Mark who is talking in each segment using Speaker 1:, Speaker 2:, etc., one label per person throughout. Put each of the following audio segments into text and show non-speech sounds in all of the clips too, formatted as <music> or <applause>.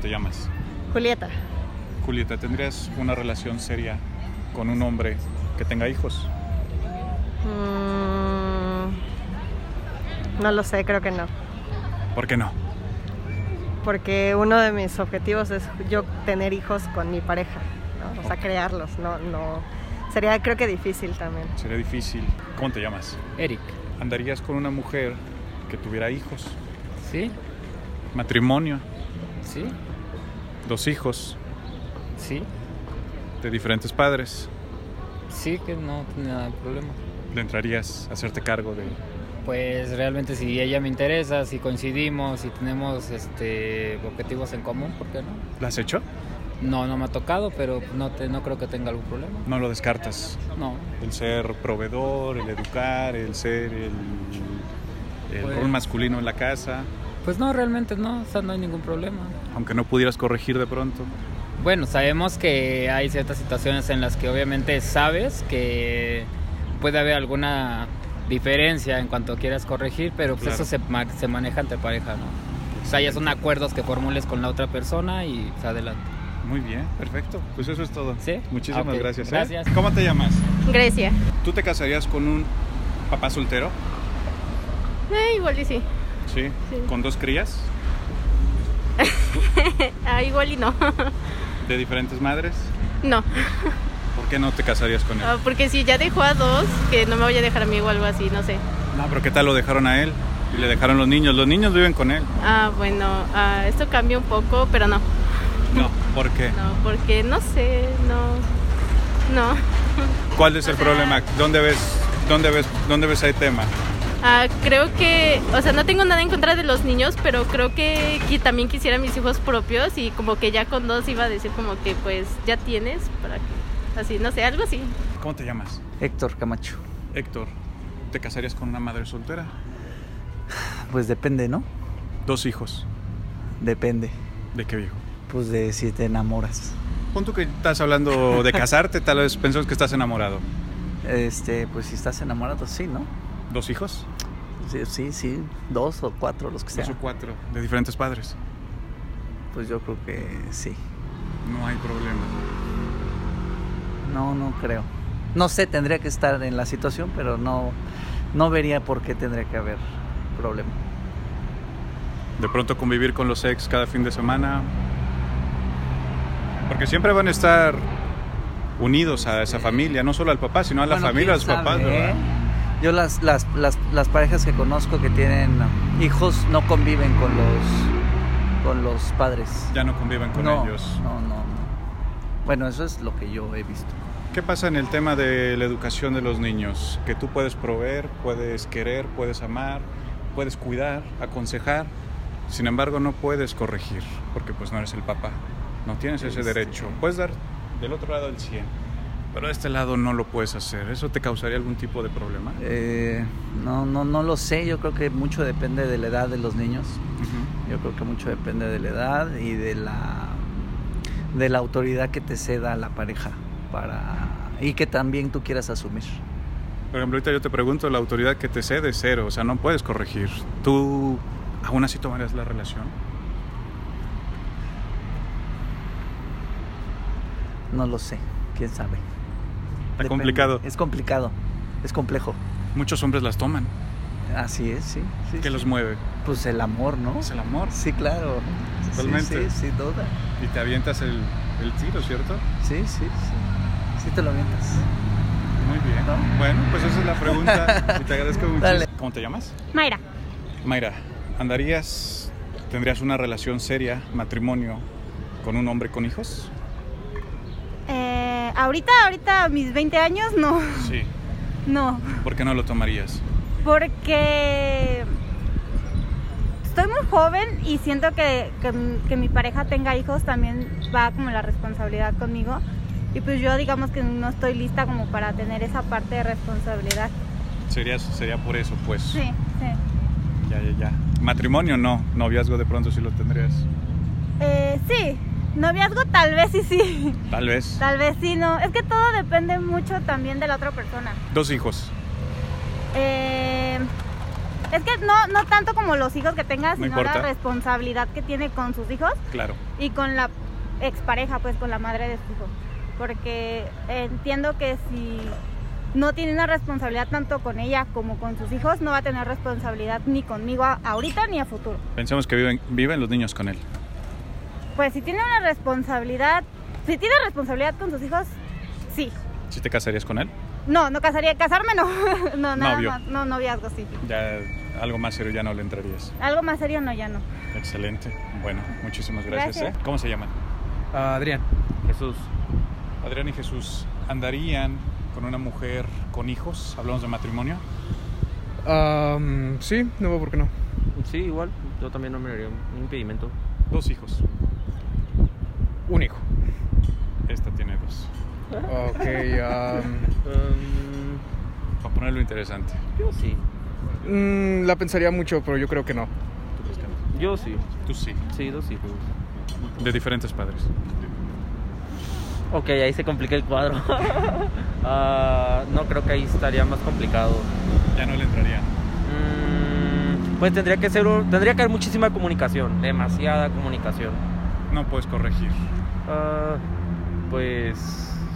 Speaker 1: te llamas?
Speaker 2: Julieta.
Speaker 1: Julieta, ¿tendrías una relación seria con un hombre que tenga hijos?
Speaker 2: Mm, no lo sé, creo que no.
Speaker 1: ¿Por qué no?
Speaker 2: Porque uno de mis objetivos es yo tener hijos con mi pareja, ¿no? o sea, crearlos, no, no. Sería creo que difícil también.
Speaker 1: Sería difícil. ¿Cómo te llamas?
Speaker 3: Eric,
Speaker 1: ¿Andarías con una mujer que tuviera hijos?
Speaker 3: ¿sí?
Speaker 1: Matrimonio,
Speaker 3: ¿Sí?
Speaker 1: dos hijos
Speaker 3: ¿Sí?
Speaker 1: de diferentes padres.
Speaker 3: Sí, que no tenía nada de problema.
Speaker 1: ¿Le entrarías a hacerte cargo de
Speaker 3: Pues realmente si ella me interesa, si coincidimos, si tenemos este, objetivos en común, ¿por qué no?
Speaker 1: ¿La has hecho?
Speaker 3: No, no me ha tocado, pero no, te, no creo que tenga algún problema.
Speaker 1: No lo descartas.
Speaker 3: No,
Speaker 1: El ser proveedor, el educar, el ser el, el
Speaker 3: Pues-
Speaker 1: rol masculino en la casa,
Speaker 3: pues no, realmente no, o sea, no hay ningún problema.
Speaker 1: aunque no pudieras corregir de pronto.
Speaker 3: Bueno, sabemos que hay ciertas situaciones en las que obviamente sabes que puede haber alguna diferencia en cuanto quieras corregir, pero pues
Speaker 1: Claro.
Speaker 3: eso se, ma- se maneja entre pareja, ¿no? O sea, ya son acuerdos que formules con la otra persona y pues, adelante.
Speaker 1: Muy bien, perfecto. Pues eso es todo.
Speaker 3: ¿Sí?
Speaker 1: Muchísimas
Speaker 3: Ok,
Speaker 1: gracias. ¿eh?
Speaker 3: gracias.
Speaker 1: ¿Cómo te llamas?
Speaker 4: Grecia.
Speaker 1: ¿Tú te casarías con un papá soltero?
Speaker 4: Eh, igual y sí.
Speaker 1: Sí. ¿Con dos crías?
Speaker 4: Ah, igual y no. <laughs>
Speaker 1: ¿De diferentes madres?
Speaker 4: no.
Speaker 1: ¿Por qué no te casarías con él?
Speaker 4: Ah, porque si ya dejó a dos, que no me vaya a dejar a mí o algo así, no sé.
Speaker 1: No, pero ¿qué tal lo dejaron a él? Y le dejaron los niños. Los niños viven con él.
Speaker 4: Ah, bueno, ah, esto cambia un poco, pero no.
Speaker 1: No, ¿por qué?
Speaker 4: No, porque no sé, no. No.
Speaker 1: ¿Cuál es el
Speaker 4: O sea-
Speaker 1: problema? ¿Dónde ves, dónde ves, dónde ves el tema?
Speaker 4: Ah, creo que, o sea, no tengo nada en contra de los niños, pero creo que, qui- también quisiera mis hijos propios y como que ya con dos iba a decir como que pues ya tienes para que- así, no sé, algo así.
Speaker 1: ¿Cómo te llamas?
Speaker 5: Héctor Camacho.
Speaker 1: Héctor, ¿te casarías con una madre soltera?
Speaker 5: Pues depende, ¿no?
Speaker 1: Dos hijos.
Speaker 5: Depende.
Speaker 1: ¿De qué viejo?
Speaker 5: Pues de si te enamoras.
Speaker 1: Pon tú que estás hablando de casarte, tal vez pensamos que estás enamorado.
Speaker 5: Este, pues si estás enamorado, sí, ¿no?
Speaker 1: ¿Dos hijos?
Speaker 5: Sí, sí, sí, dos o cuatro, los que
Speaker 1: Dos
Speaker 5: sean.
Speaker 1: o cuatro. De diferentes padres.
Speaker 5: Pues yo creo que sí.
Speaker 1: No hay problema.
Speaker 5: No, no creo. No sé, tendría que estar en la situación, pero no, no vería por qué tendría que haber problema.
Speaker 1: De pronto convivir con los ex cada fin de semana. Porque siempre van a estar unidos a esa familia, no solo al papá, sino a Ah, la
Speaker 5: Bueno,
Speaker 1: familia, a los
Speaker 5: quién
Speaker 1: papás,
Speaker 5: sabe,
Speaker 1: ¿verdad?
Speaker 5: ¿eh? Yo las, las, las, las parejas que conozco que tienen hijos no conviven con los, con los padres.
Speaker 1: Ya no conviven con
Speaker 5: no,
Speaker 1: ellos.
Speaker 5: No, no, no. Bueno, eso es lo que yo he visto.
Speaker 1: ¿Qué pasa en el tema de la educación de los niños? Que tú puedes proveer, puedes querer, puedes amar, puedes cuidar, aconsejar. Sin embargo, no puedes corregir, porque pues no eres el papá. No tienes ese
Speaker 5: Este.
Speaker 1: derecho. Puedes dar del otro lado el 100, pero de este lado no lo puedes hacer. ¿Eso te causaría algún tipo de problema?
Speaker 5: Eh, no, no, no lo sé. Yo creo que mucho depende de la edad de los niños.
Speaker 1: Ujú.
Speaker 5: Yo creo que mucho depende de la edad y de la de la autoridad que te ceda la pareja para y que también tú quieras asumir.
Speaker 1: Por ejemplo, ahorita yo te pregunto, la autoridad que te cede es cero, o sea, no puedes corregir. ¿Tú aún así tomarías la relación?
Speaker 5: No lo sé. Quién sabe.
Speaker 1: Está
Speaker 5: Depende.
Speaker 1: complicado.
Speaker 5: Es complicado. Es complejo.
Speaker 1: Muchos hombres las toman.
Speaker 5: Así es, sí. sí,
Speaker 1: ¿Qué
Speaker 5: sí.
Speaker 1: los mueve?
Speaker 5: Pues el amor, ¿no?
Speaker 1: Es el amor.
Speaker 5: Sí, claro. Sí,
Speaker 1: Totalmente.
Speaker 5: Sí, sin duda.
Speaker 1: Y te avientas el, el tiro, ¿cierto?
Speaker 5: Sí, sí, sí. Sí te lo mientas.
Speaker 1: Muy bien.
Speaker 5: ¿No?
Speaker 1: Bueno, pues esa es la pregunta y te agradezco mucho.
Speaker 5: Dale.
Speaker 1: ¿Cómo te llamas?
Speaker 6: Mayra,
Speaker 1: Mayra, ¿andarías, tendrías una relación seria, matrimonio, con un hombre con hijos?
Speaker 6: eh, ahorita, ahorita, a mis 20 años, no,
Speaker 1: Sí.
Speaker 6: no,
Speaker 1: ¿Por qué no lo tomarías?
Speaker 6: porque estoy muy joven y siento que, que- que mi pareja tenga hijos también va como la responsabilidad conmigo y pues yo digamos que no estoy lista como para tener esa parte de responsabilidad.
Speaker 1: Sería, sería por eso, pues.
Speaker 6: Sí, sí.
Speaker 1: Ya, ya, ya. Matrimonio no, noviazgo de pronto sí lo tendrías.
Speaker 6: Eh, sí, noviazgo tal vez sí, sí, <laughs>
Speaker 1: Tal vez.
Speaker 6: tal vez sí, no. Es que todo depende mucho también de la otra persona.
Speaker 1: Dos hijos.
Speaker 6: Eh, Es que no, no tanto como los hijos que tengas,
Speaker 1: No
Speaker 6: sino la
Speaker 1: importa.
Speaker 6: responsabilidad que tiene con sus hijos
Speaker 1: Claro.
Speaker 6: y con la expareja, pues con la madre de su hijo. Porque entiendo que si no tiene una responsabilidad tanto con ella como con sus hijos, no va a tener responsabilidad ni conmigo a- ahorita ni a futuro.
Speaker 1: Pensemos que viven, viven los niños con él.
Speaker 6: Pues si tiene una responsabilidad, si tiene responsabilidad con sus hijos, sí.
Speaker 1: ¿Sí te casarías con él?
Speaker 6: No, no casaría, casarme no. <laughs> no, nada
Speaker 1: Novio.
Speaker 6: más. No, noviazgo, sí.
Speaker 1: Ya algo más serio ya no le entrarías.
Speaker 6: Algo más serio, no, ya no.
Speaker 1: Excelente. Bueno, muchísimas gracias.
Speaker 6: Gracias.
Speaker 1: ¿eh? ¿Cómo se llaman?
Speaker 7: Adrián. Jesús.
Speaker 1: Adrián y Jesús, ¿andarían con una mujer con hijos? ¿Hablamos de matrimonio?
Speaker 7: Am, sí, no veo por qué no.
Speaker 8: Sí, igual, yo también no me haría un un impedimento.
Speaker 1: Dos hijos.
Speaker 7: Un hijo.
Speaker 1: Esta tiene dos.
Speaker 7: Ok, am,
Speaker 8: Um,
Speaker 1: Para ponerlo interesante.
Speaker 8: yo sí,
Speaker 7: mm, la pensaría mucho, pero yo creo que no.
Speaker 8: yo sí,
Speaker 1: Tú sí.
Speaker 8: sí, dos hijos.
Speaker 1: De diferentes padres.
Speaker 8: Ok, ahí se complica el cuadro. <laughs> Ah, no creo que ahí estaría más complicado.
Speaker 1: Ya no le entrarían.
Speaker 8: Mm, pues tendría que ser, un- tendría que haber muchísima comunicación, demasiada comunicación.
Speaker 1: No puedes corregir.
Speaker 8: Ah, pues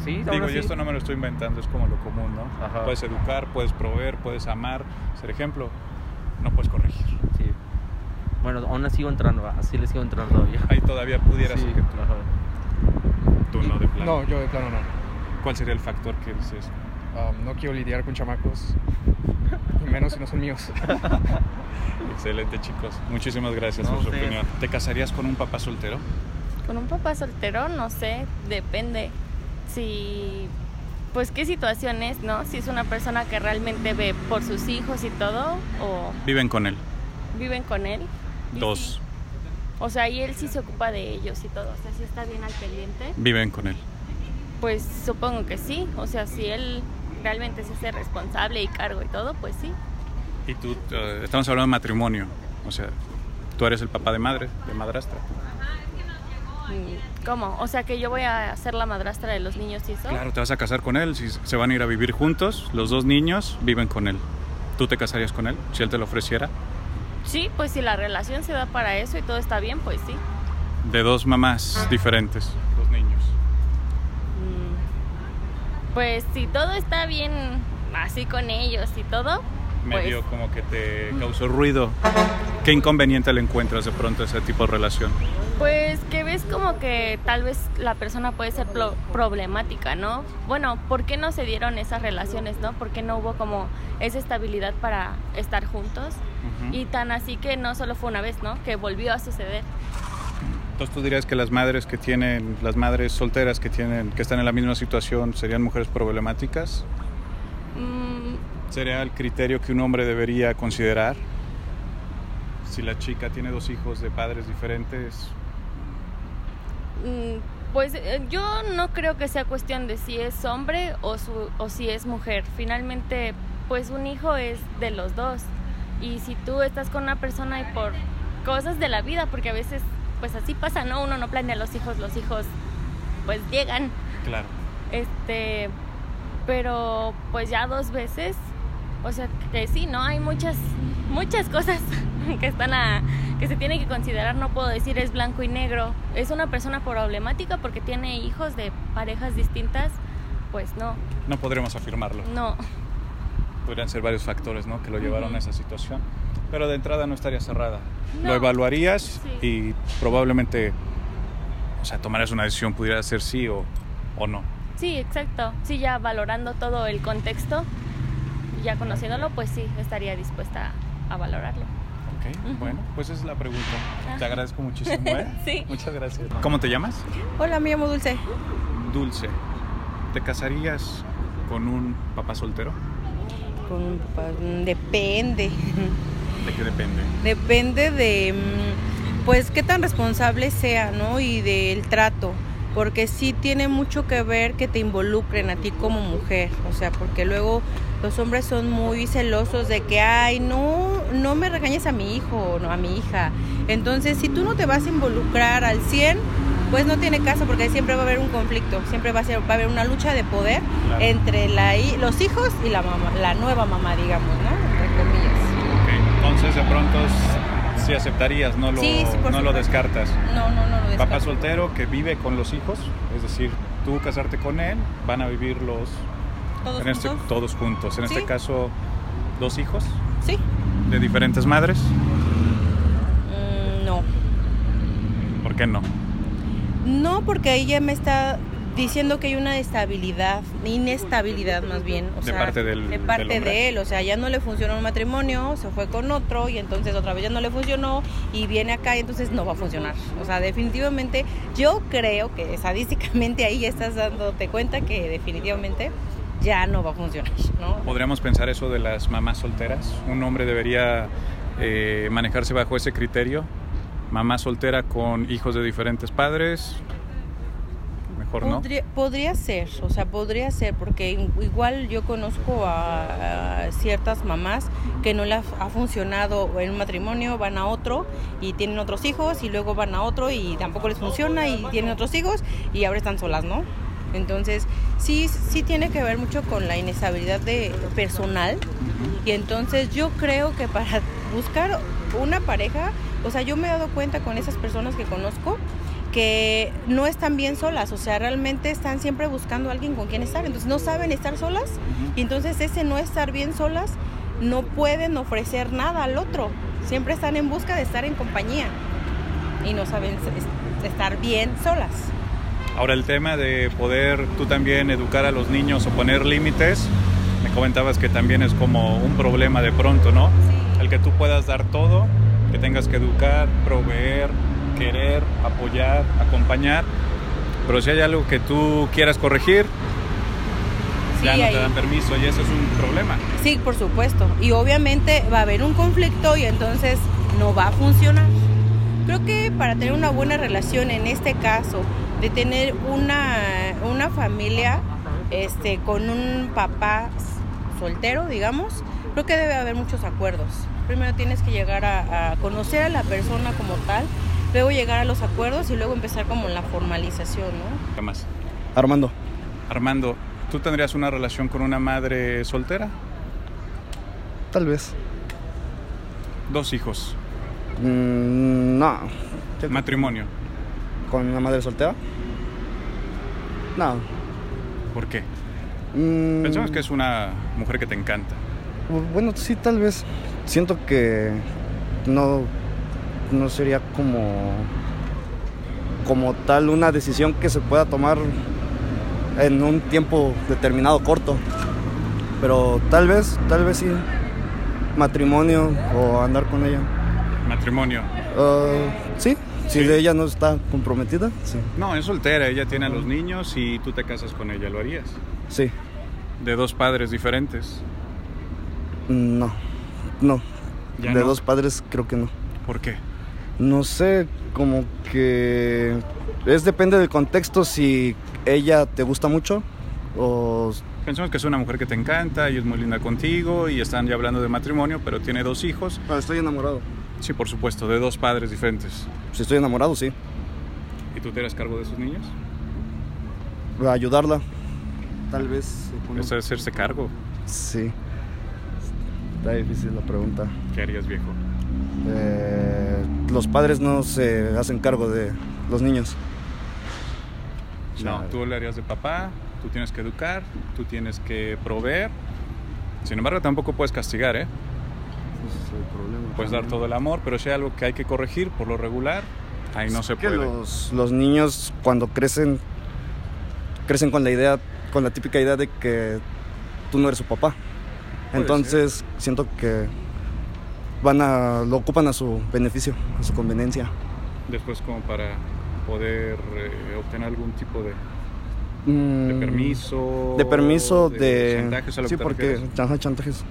Speaker 8: sí, aún
Speaker 1: Digo,
Speaker 8: así.
Speaker 1: y esto no me lo estoy inventando, es como lo común, ¿no?
Speaker 8: Ajá.
Speaker 1: Puedes educar, puedes proveer, puedes amar, ser ejemplo. No puedes corregir.
Speaker 8: Sí. Bueno, aún así sigo entrando, así le sigo entrando todavía.
Speaker 1: Ahí todavía pudieras
Speaker 8: Sí,
Speaker 1: que tú,
Speaker 8: ajá.
Speaker 1: tú no de plano.
Speaker 7: No, yo de plano no.
Speaker 1: ¿Cuál sería el factor que dices?
Speaker 7: Am, no quiero lidiar con chamacos. Y menos si no son míos.
Speaker 1: Excelente, chicos. Muchísimas gracias
Speaker 8: No,
Speaker 1: por su
Speaker 8: ustedes.
Speaker 1: opinión. ¿Te casarías con un papá soltero?
Speaker 9: Con un papá soltero, no sé, depende. Si, pues qué situaciones, ¿no? Si es una persona que realmente ve por sus hijos y todo, o
Speaker 1: Viven con él.
Speaker 9: viven con él. Y
Speaker 1: Dos.
Speaker 9: sí, o sea, y él sí se ocupa de ellos y todo. O sea, sí está bien al pendiente.
Speaker 1: Viven con él.
Speaker 9: Pues supongo que sí. O sea, si él realmente se hace responsable y cargo y todo, pues sí.
Speaker 1: Y tú, eh, estamos hablando de matrimonio. O sea, tú eres el papá de madre, de madrastra.
Speaker 9: Mm, ¿Cómo? O sea, que yo voy a ser la madrastra de los niños y
Speaker 8: Ah.
Speaker 9: eso.
Speaker 1: Claro, te vas a casar con él. Si se van a ir a vivir juntos, los dos niños viven con él. ¿Tú te casarías con él si él te lo ofreciera?
Speaker 9: Sí, pues si la relación se da para eso y todo está bien, pues sí.
Speaker 1: De dos mamás diferentes, los niños.
Speaker 9: Mm, Pues si todo está bien así con ellos y todo,
Speaker 8: Pues.
Speaker 1: Medio como que te causó ruido. ¿Qué inconveniente le encuentras de pronto a ese tipo de relación?
Speaker 9: pues que ves como que tal vez la persona puede ser plo- problemática, ¿no? Bueno, ¿por qué no se dieron esas relaciones, no? ¿Por qué no hubo como esa estabilidad para estar juntos?
Speaker 1: Ujú.
Speaker 9: Y tan así que no solo fue una vez, ¿no? Que volvió a suceder.
Speaker 1: Entonces tú dirías que las madres que tienen, las madres solteras que tienen, que están en la misma situación, serían mujeres problemáticas.
Speaker 9: Mm,
Speaker 1: Sería el criterio que un hombre debería considerar. Si la chica tiene dos hijos de padres diferentes,
Speaker 9: Mm, Pues eh, yo no creo que sea cuestión de si es hombre o, su- o si es mujer. Finalmente, pues un hijo es de los dos. Y si tú estás con una persona y por cosas de la vida, porque a veces pues así pasa, ¿no? Uno no planea los hijos, los hijos pues llegan.
Speaker 1: claro.
Speaker 9: Este, pero pues ya dos veces, o sea que sí, ¿no? Hay muchas, muchas cosas <laughs> que están a, que se tienen que considerar, no puedo decir es blanco y negro. Es una persona problemática porque tiene hijos de parejas distintas, pues no,
Speaker 1: No podremos afirmarlo.
Speaker 9: no.
Speaker 1: Podrían ser varios factores ¿no? que lo llevaron
Speaker 9: Ujú.
Speaker 1: a esa situación. Pero de entrada no estaría cerrada.
Speaker 9: No.
Speaker 1: Lo evaluarías
Speaker 9: Sí.
Speaker 1: y probablemente, o sea, tomarás una decisión, pudiera ser sí o, o no.
Speaker 9: Sí, exacto. Sí, ya valorando todo el contexto, ya conociéndolo, pues sí, estaría dispuesta a, a valorarlo.
Speaker 1: Ok,
Speaker 9: Ujú.
Speaker 1: bueno, pues esa es la pregunta. Te
Speaker 9: Ajá.
Speaker 1: agradezco muchísimo.
Speaker 10: <laughs>
Speaker 1: ¿eh?
Speaker 9: Sí.
Speaker 1: Muchas gracias. ¿Cómo te llamas?
Speaker 10: Hola, me llamo Dulce.
Speaker 1: Dulce. ¿Te casarías con un papá soltero?
Speaker 10: Con un papá, mm, depende.
Speaker 1: ¿De qué depende?
Speaker 10: Depende de, mm, pues, qué tan responsable sea, ¿no? Y del trato. Porque sí tiene mucho que ver que te involucren a ti como mujer. O sea, porque luego los hombres son muy celosos de que, ay, no, no me regañes a mi hijo, no a mi hija. Entonces, si tú no te vas a involucrar al 100, pues no tiene caso porque siempre va a haber un conflicto, siempre va a, ser, va a haber una lucha de poder
Speaker 1: Claro.
Speaker 10: entre la, hi- los hijos y la, mamá, la nueva mamá, digamos, ¿no? Entre comillas.
Speaker 1: Ok, Entonces de pronto sí aceptarías, no lo,
Speaker 10: Sí, sí, por
Speaker 1: no lo
Speaker 10: supuesto.
Speaker 1: descartas.
Speaker 10: No, no, no lo descarto.
Speaker 1: Papá soltero que vive con los hijos, es decir, tú casarte con él, van a vivir los...
Speaker 10: ¿Todos
Speaker 1: en este-
Speaker 10: juntos?
Speaker 1: todos juntos. En
Speaker 10: Sí.
Speaker 1: este caso, dos hijos
Speaker 10: Sí.
Speaker 1: de diferentes madres.
Speaker 10: Mm, no.
Speaker 1: ¿Por qué no?
Speaker 10: No, porque ahí ya me está diciendo que hay una estabilidad, inestabilidad más bien. O
Speaker 1: De
Speaker 10: sea,
Speaker 1: parte del-
Speaker 10: de
Speaker 1: del
Speaker 10: parte
Speaker 1: hombre.
Speaker 10: de él. O sea, ya no le funcionó un matrimonio, se fue con otro y entonces otra vez ya no le funcionó y viene acá y entonces no va a funcionar. O sea, definitivamente yo creo que estadísticamente ahí ya estás dándote cuenta que definitivamente ya no va a funcionar, ¿no?
Speaker 1: Podríamos pensar eso de las mamás solteras. Un hombre debería eh, manejarse bajo ese criterio. Mamá soltera con hijos de diferentes padres. Mejor no.
Speaker 10: Podría, Eh, podría ser, o sea, podría ser, porque in- igual yo conozco a, a ciertas mamás que no les ha funcionado en un matrimonio, van a otro y tienen otros hijos y luego van a otro y tampoco les funciona y tienen otros hijos y ahora están solas, ¿no? Entonces, sí, sí tiene que ver mucho con la inestabilidad de personal y entonces yo creo que para buscar una pareja, o sea, yo me he dado cuenta con esas personas que conozco que no están bien solas, o sea, realmente están siempre buscando a alguien con quien estar, entonces no saben estar solas y entonces ese no estar bien solas no pueden ofrecer nada al otro, siempre están en busca de estar en compañía y no saben es- estar bien solas.
Speaker 1: Ahora el tema de poder tú también educar a los niños o poner límites, me comentabas que también es como un problema de pronto, ¿no? El que tú puedas dar todo, que tengas que educar, proveer, querer, apoyar, acompañar, pero si hay algo que tú quieras corregir, ya
Speaker 10: Sí,
Speaker 1: no
Speaker 10: ahí.
Speaker 1: te dan permiso y eso es un problema.
Speaker 10: Sí, por supuesto, y obviamente va a haber un conflicto y entonces no va a funcionar. Creo que para tener una buena relación en este caso, de tener una, una familia este, con un papá soltero, digamos, creo que debe haber muchos acuerdos. Primero tienes que llegar a, a conocer a la persona como tal, luego llegar a los acuerdos y luego empezar como la formalización, ¿no?
Speaker 1: ¿Qué más?
Speaker 6: Armando.
Speaker 1: Armando, ¿tú tendrías una relación con una madre soltera?
Speaker 6: Tal vez.
Speaker 1: Dos hijos,
Speaker 6: Mm, no.
Speaker 1: matrimonio,
Speaker 6: ¿Con una madre soltera? No.
Speaker 1: ¿por qué?
Speaker 6: Mm,
Speaker 1: Pensamos que es una mujer que te encanta.
Speaker 6: Bueno, sí, tal vez. Siento que no, no sería como, como tal una decisión que se pueda tomar en un tiempo determinado corto. Pero tal vez, tal vez sí. Matrimonio o andar con ella.
Speaker 1: Matrimonio.
Speaker 6: Ah, sí, si de ella no está comprometida, sí.
Speaker 1: No, es soltera, ella tiene a los niños y tú te casas con ella, ¿lo harías?
Speaker 6: Sí,
Speaker 1: De dos padres diferentes.
Speaker 6: Mm, no, no.
Speaker 1: Ya
Speaker 6: de
Speaker 1: no.
Speaker 6: dos padres creo que no.
Speaker 1: ¿Por qué?
Speaker 6: No sé, como que es depende del contexto si ella te gusta mucho o
Speaker 1: Pensamos que es una mujer que te encanta y es muy linda contigo y están ya hablando de matrimonio, pero tiene dos hijos.
Speaker 6: estoy enamorado.
Speaker 1: Sí, por supuesto, de dos padres diferentes.
Speaker 6: si estoy enamorado, sí.
Speaker 1: ¿Y tú te eras cargo de sus niños?
Speaker 6: Ayudarla. Tal vez.
Speaker 1: Eso de hacerse cargo.
Speaker 6: Sí. Está difícil la pregunta.
Speaker 1: ¿Qué harías, viejo?
Speaker 6: Eh, los padres no se hacen cargo de los niños.
Speaker 1: No, tú le harías de papá, tú tienes que educar, tú tienes que proveer. Sin embargo, tampoco puedes castigar, ¿eh?
Speaker 8: Pues
Speaker 1: Puedes dar todo el amor, pero si hay algo que hay que corregir por lo regular, ahí no
Speaker 6: Es
Speaker 1: se
Speaker 6: que
Speaker 1: puede.
Speaker 6: Los, los niños cuando crecen, crecen con la idea, con la típica idea de que tú no eres su papá.
Speaker 1: Puede
Speaker 6: Entonces siento que van a, lo ocupan a su beneficio, a su conveniencia.
Speaker 1: Después como para poder eh, obtener algún tipo de
Speaker 6: De
Speaker 1: permiso,
Speaker 6: Mm, De permiso,
Speaker 1: de
Speaker 6: de...
Speaker 1: chantajes, a lo que
Speaker 6: sí,
Speaker 1: te
Speaker 6: porque...
Speaker 1: refieres.
Speaker 6: ajá, chantajes.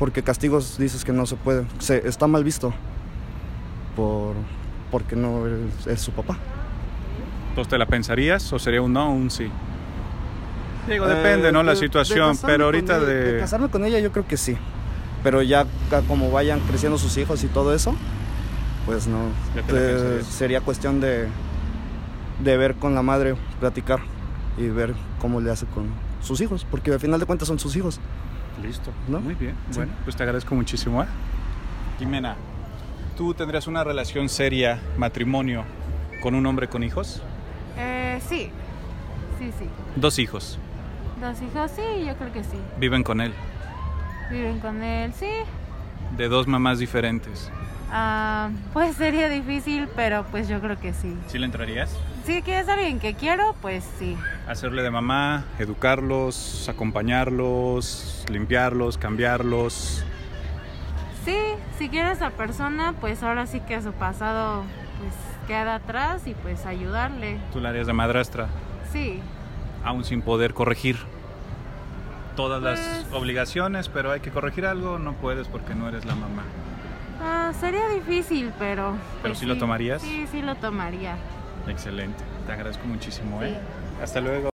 Speaker 6: Porque castigos dices que no se puede. Se, está mal visto. Por, porque no es, es su papá.
Speaker 1: Entonces, ¿te la pensarías o sería un no o un sí? Digo,
Speaker 6: Eh,
Speaker 1: depende, ¿no? La
Speaker 6: de- de
Speaker 1: situación,
Speaker 6: casarme
Speaker 1: pero
Speaker 6: con
Speaker 1: ahorita
Speaker 6: ella-
Speaker 1: de...
Speaker 6: casarme con ella yo creo que sí. Pero ya ca- como vayan creciendo sus hijos y todo eso, pues no.
Speaker 1: Ya te la
Speaker 6: Eh,
Speaker 1: pensarías.
Speaker 6: sería cuestión de, de ver con la madre, platicar y ver cómo le hace con sus hijos. Porque al final de cuentas son sus hijos.
Speaker 1: Listo,
Speaker 6: ¿No?
Speaker 1: muy bien.
Speaker 6: Sí.
Speaker 1: Bueno, pues te agradezco muchísimo, ¿eh? Jimena, ¿tú tendrías una relación seria, matrimonio, con un hombre con hijos?
Speaker 6: Eh, sí, sí, sí.
Speaker 1: Dos hijos.
Speaker 6: Dos hijos, sí, yo creo que sí.
Speaker 1: Viven con él.
Speaker 6: Viven con él, sí.
Speaker 1: De dos mamás diferentes.
Speaker 6: Ah, pues <laughs> sería difícil, pero pues yo creo que sí.
Speaker 1: ¿Sí le entrarías?
Speaker 6: Si quieres a alguien que quiero, pues sí.
Speaker 1: Hacerle de mamá, educarlos, acompañarlos, limpiarlos, cambiarlos.
Speaker 6: Sí, si quiero a esa persona, pues ahora sí que su pasado pues queda atrás y pues ayudarle.
Speaker 1: Tú la harías de madrastra,
Speaker 6: Sí,
Speaker 1: aún sin poder corregir todas las obligaciones, pero hay que corregir algo, no puedes porque no eres la mamá.
Speaker 6: Ah, sería difícil, pero... pues
Speaker 1: ¿Pero sí lo tomarías?
Speaker 6: Sí, sí lo tomaría.
Speaker 1: Excelente, te agradezco muchísimo. ¿eh? Hasta luego.